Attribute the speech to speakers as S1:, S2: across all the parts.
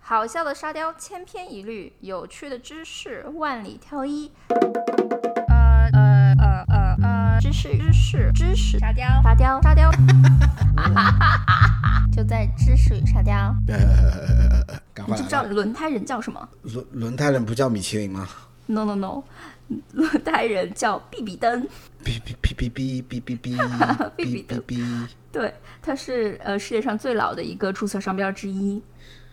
S1: 好笑的沙雕千篇一律，有趣的知识万里挑一。呃呃呃呃呃，知识知识知识
S2: 沙雕
S1: 沙雕沙雕，就在知识与沙雕。
S3: 呃，赶
S1: 你
S3: 快
S1: 知不
S3: 来
S1: 知道
S3: 吧！
S1: 轮胎人叫什么
S3: 轮轮胎人不叫米其林吗？
S1: ？No No No，轮胎人叫比比登。
S3: 哔哔哔哔哔 哔哔哔哔哔哔！
S1: 对，它是呃世界上最老的一个注册商标之一。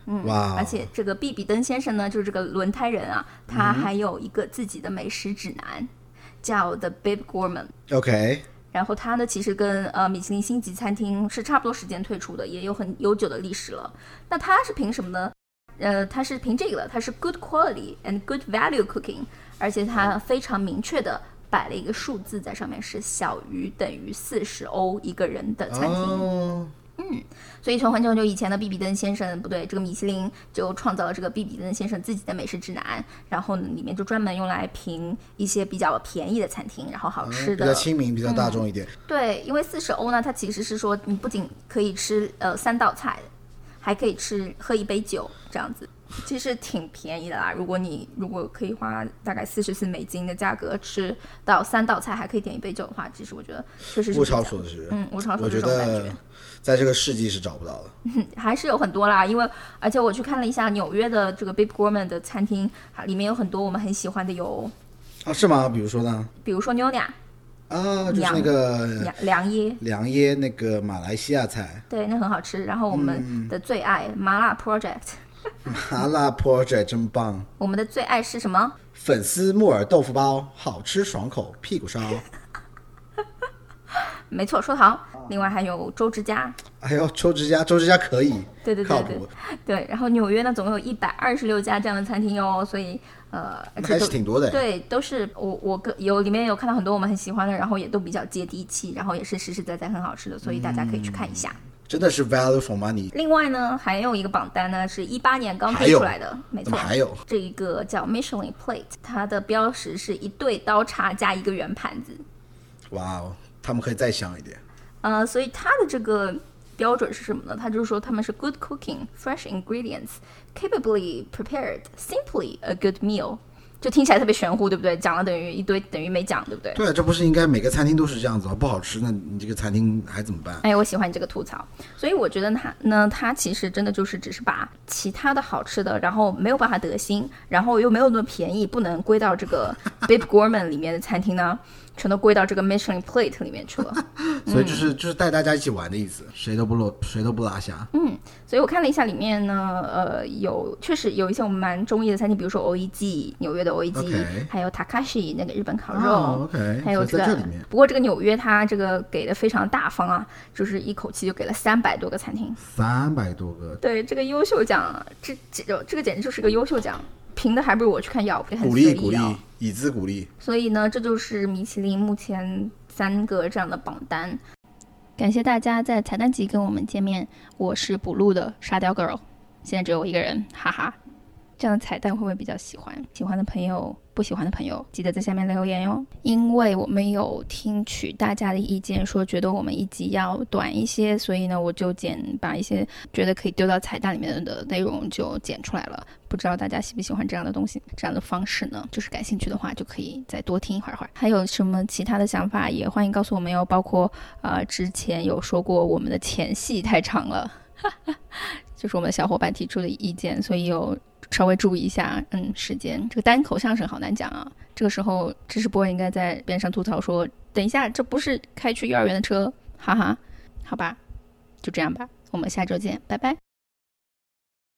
S3: 哇哦，
S1: 嗯而且这个毕比登先生呢，就是这个轮胎人啊，他还有一个自己的美食指南，叫 The Bib Gourmand。
S3: OK，
S1: 然后它呢，其实跟呃米其林星级餐厅是差不多时间退出的，也有很悠久的历史了。那它是凭什么呢？呃，它是凭这个的，它是 good quality and good value cooking，而且它非常明确的摆了一个数字在上面，是小于等于四十欧一个人的餐厅。
S3: 哦，
S1: 所以从很久很久以前的比比登先生，不对，这个米其林就创造了这个比比登先生自己的美食指南，然后呢，里面就专门用来评一些比较便宜的餐厅，然后好吃
S3: 哦比
S1: 的。嗯
S3: 较亲民，比较大众一点。
S1: 对，因为四十欧呢，它其实是说你不仅可以吃呃三道菜，还可以吃喝一杯酒这样子，其实挺便宜的啦。如果你如果可以花大概四十四美金的价格吃到三道菜，还可以点一杯酒的话，其实我觉得确实是
S3: 物
S1: 比较
S3: 超所值，
S1: 嗯物超所
S3: 我
S1: 值
S3: 觉
S1: 这种感觉
S3: 得在这个世纪是找不到的。
S1: 还是有很多啦，因为而且我去看了一下纽约的这个 Bib Gourmand 的餐厅，啊里面有很多我们很喜欢的有，
S3: 啊，是吗？比如说呢？
S1: 比如说妞妞、
S3: 啊，就是
S1: 娘
S3: 那个
S1: 凉凉椰，
S3: 凉椰那个马来西亚菜
S1: 对，那很好吃。然后我
S3: 嗯
S1: 们的最爱麻辣 Project，
S3: 麻辣 project 真棒，
S1: 我们的最爱是什么？
S3: 粉丝木耳豆腐包好吃爽口，屁股烧。
S1: 没错，说得好。
S3: 啊
S1: 另外还有周之家，
S3: 哎呦， 周之家，周之家可以，
S1: 对对
S3: 靠
S1: 对对
S3: 谱，
S1: 对。然后纽约呢，总共有一百二十六家这样的餐厅哟，所以呃，而
S3: 那
S1: 且
S3: 还
S1: 都
S3: 是挺多的。
S1: 对，都是我我个有里面有看到很多我们很喜欢的，然后也都比较接地气，然后也是实实在在很好吃的，所以大家可以去看一下。
S3: 真的是 value for money。
S1: 另外呢，还有一个榜单呢，是一八年刚
S3: 还
S1: 推
S3: 有
S1: 出来的，没
S3: 怎
S1: 错
S3: 么。还有？
S1: 这一个叫 Michelin Plate，它的标识是一对刀叉加一个圆盘子。
S3: 哇哦，他们可以再香一点。
S1: 呃，所以它的这个标准是什么呢？它就是说他们是 good cooking, fresh ingredients, capably prepared, simply a good meal。就听起来特别玄乎，对不对？讲了等于一堆，等于没讲，对不对？
S3: 对啊，这不是应该每个餐厅都是这样子吗？不好吃，那你这个餐厅还怎么办？
S1: 哎，我喜欢你这个吐槽，所以我觉得它呢，它其实真的就是只是把其他的好吃的，然后没有办法得心，然后又没有那么便宜，不能归到这个 Bib Gourmand 里面的餐厅呢，全都归到这个 Michelin Plate 里面去了。
S3: 所以就是就是带大家一起玩的意思，谁都不落，谁都不落下。
S1: 所以我看了一下里面呢，呃，有确实有一些我们蛮中意的餐厅，比如说 O E G 纽约的 O E G，
S3: OK
S1: 还有 Takashi 那个日本烤肉。
S3: 哦，OK，
S1: 还有
S3: 所
S1: 这
S3: 以
S1: 个
S3: 在这里面，
S1: 不过这个纽约它这个给的非常大方啊，就是一口气就给了三百多个餐厅，
S3: 三百多个，
S1: 对这个优秀奖，这这这个简直就是个优秀奖，评的还不如我去看药，也很
S3: 鼓
S1: 随
S3: 励鼓
S1: 意
S3: 励
S1: 啊。，
S3: 以资鼓励。
S1: 所以呢，这就是米其林目前三个这样的榜单。感谢大家在彩蛋集跟我们见面，我是补录的沙雕 girl，现在只有我一个人，哈哈。这样的彩蛋会不会比较喜欢？喜欢的朋友，不喜欢的朋友，记得在下面留言哟。因为我们有听取大家的意见，说觉得我们一集要短一些，所以呢，我就剪把一些觉得可以丢到彩蛋里面的内容就剪出来了。不知道大家喜不喜欢这样的东西，这样的方式呢？就是感兴趣的话，就可以再多听一会儿会儿。还有什么其他的想法，也欢迎告诉我们哟。包括呃，之前有说过我们的前戏太长了， 就是我们的小伙伴提出的意见，所以有稍微注意一下，嗯，时间。这个单口相声好难讲啊，这个时候知识波应该在边上吐槽说：“等一下，这不是开去幼儿园的车，哈哈，好吧，就这样吧，我们下周见，拜拜。”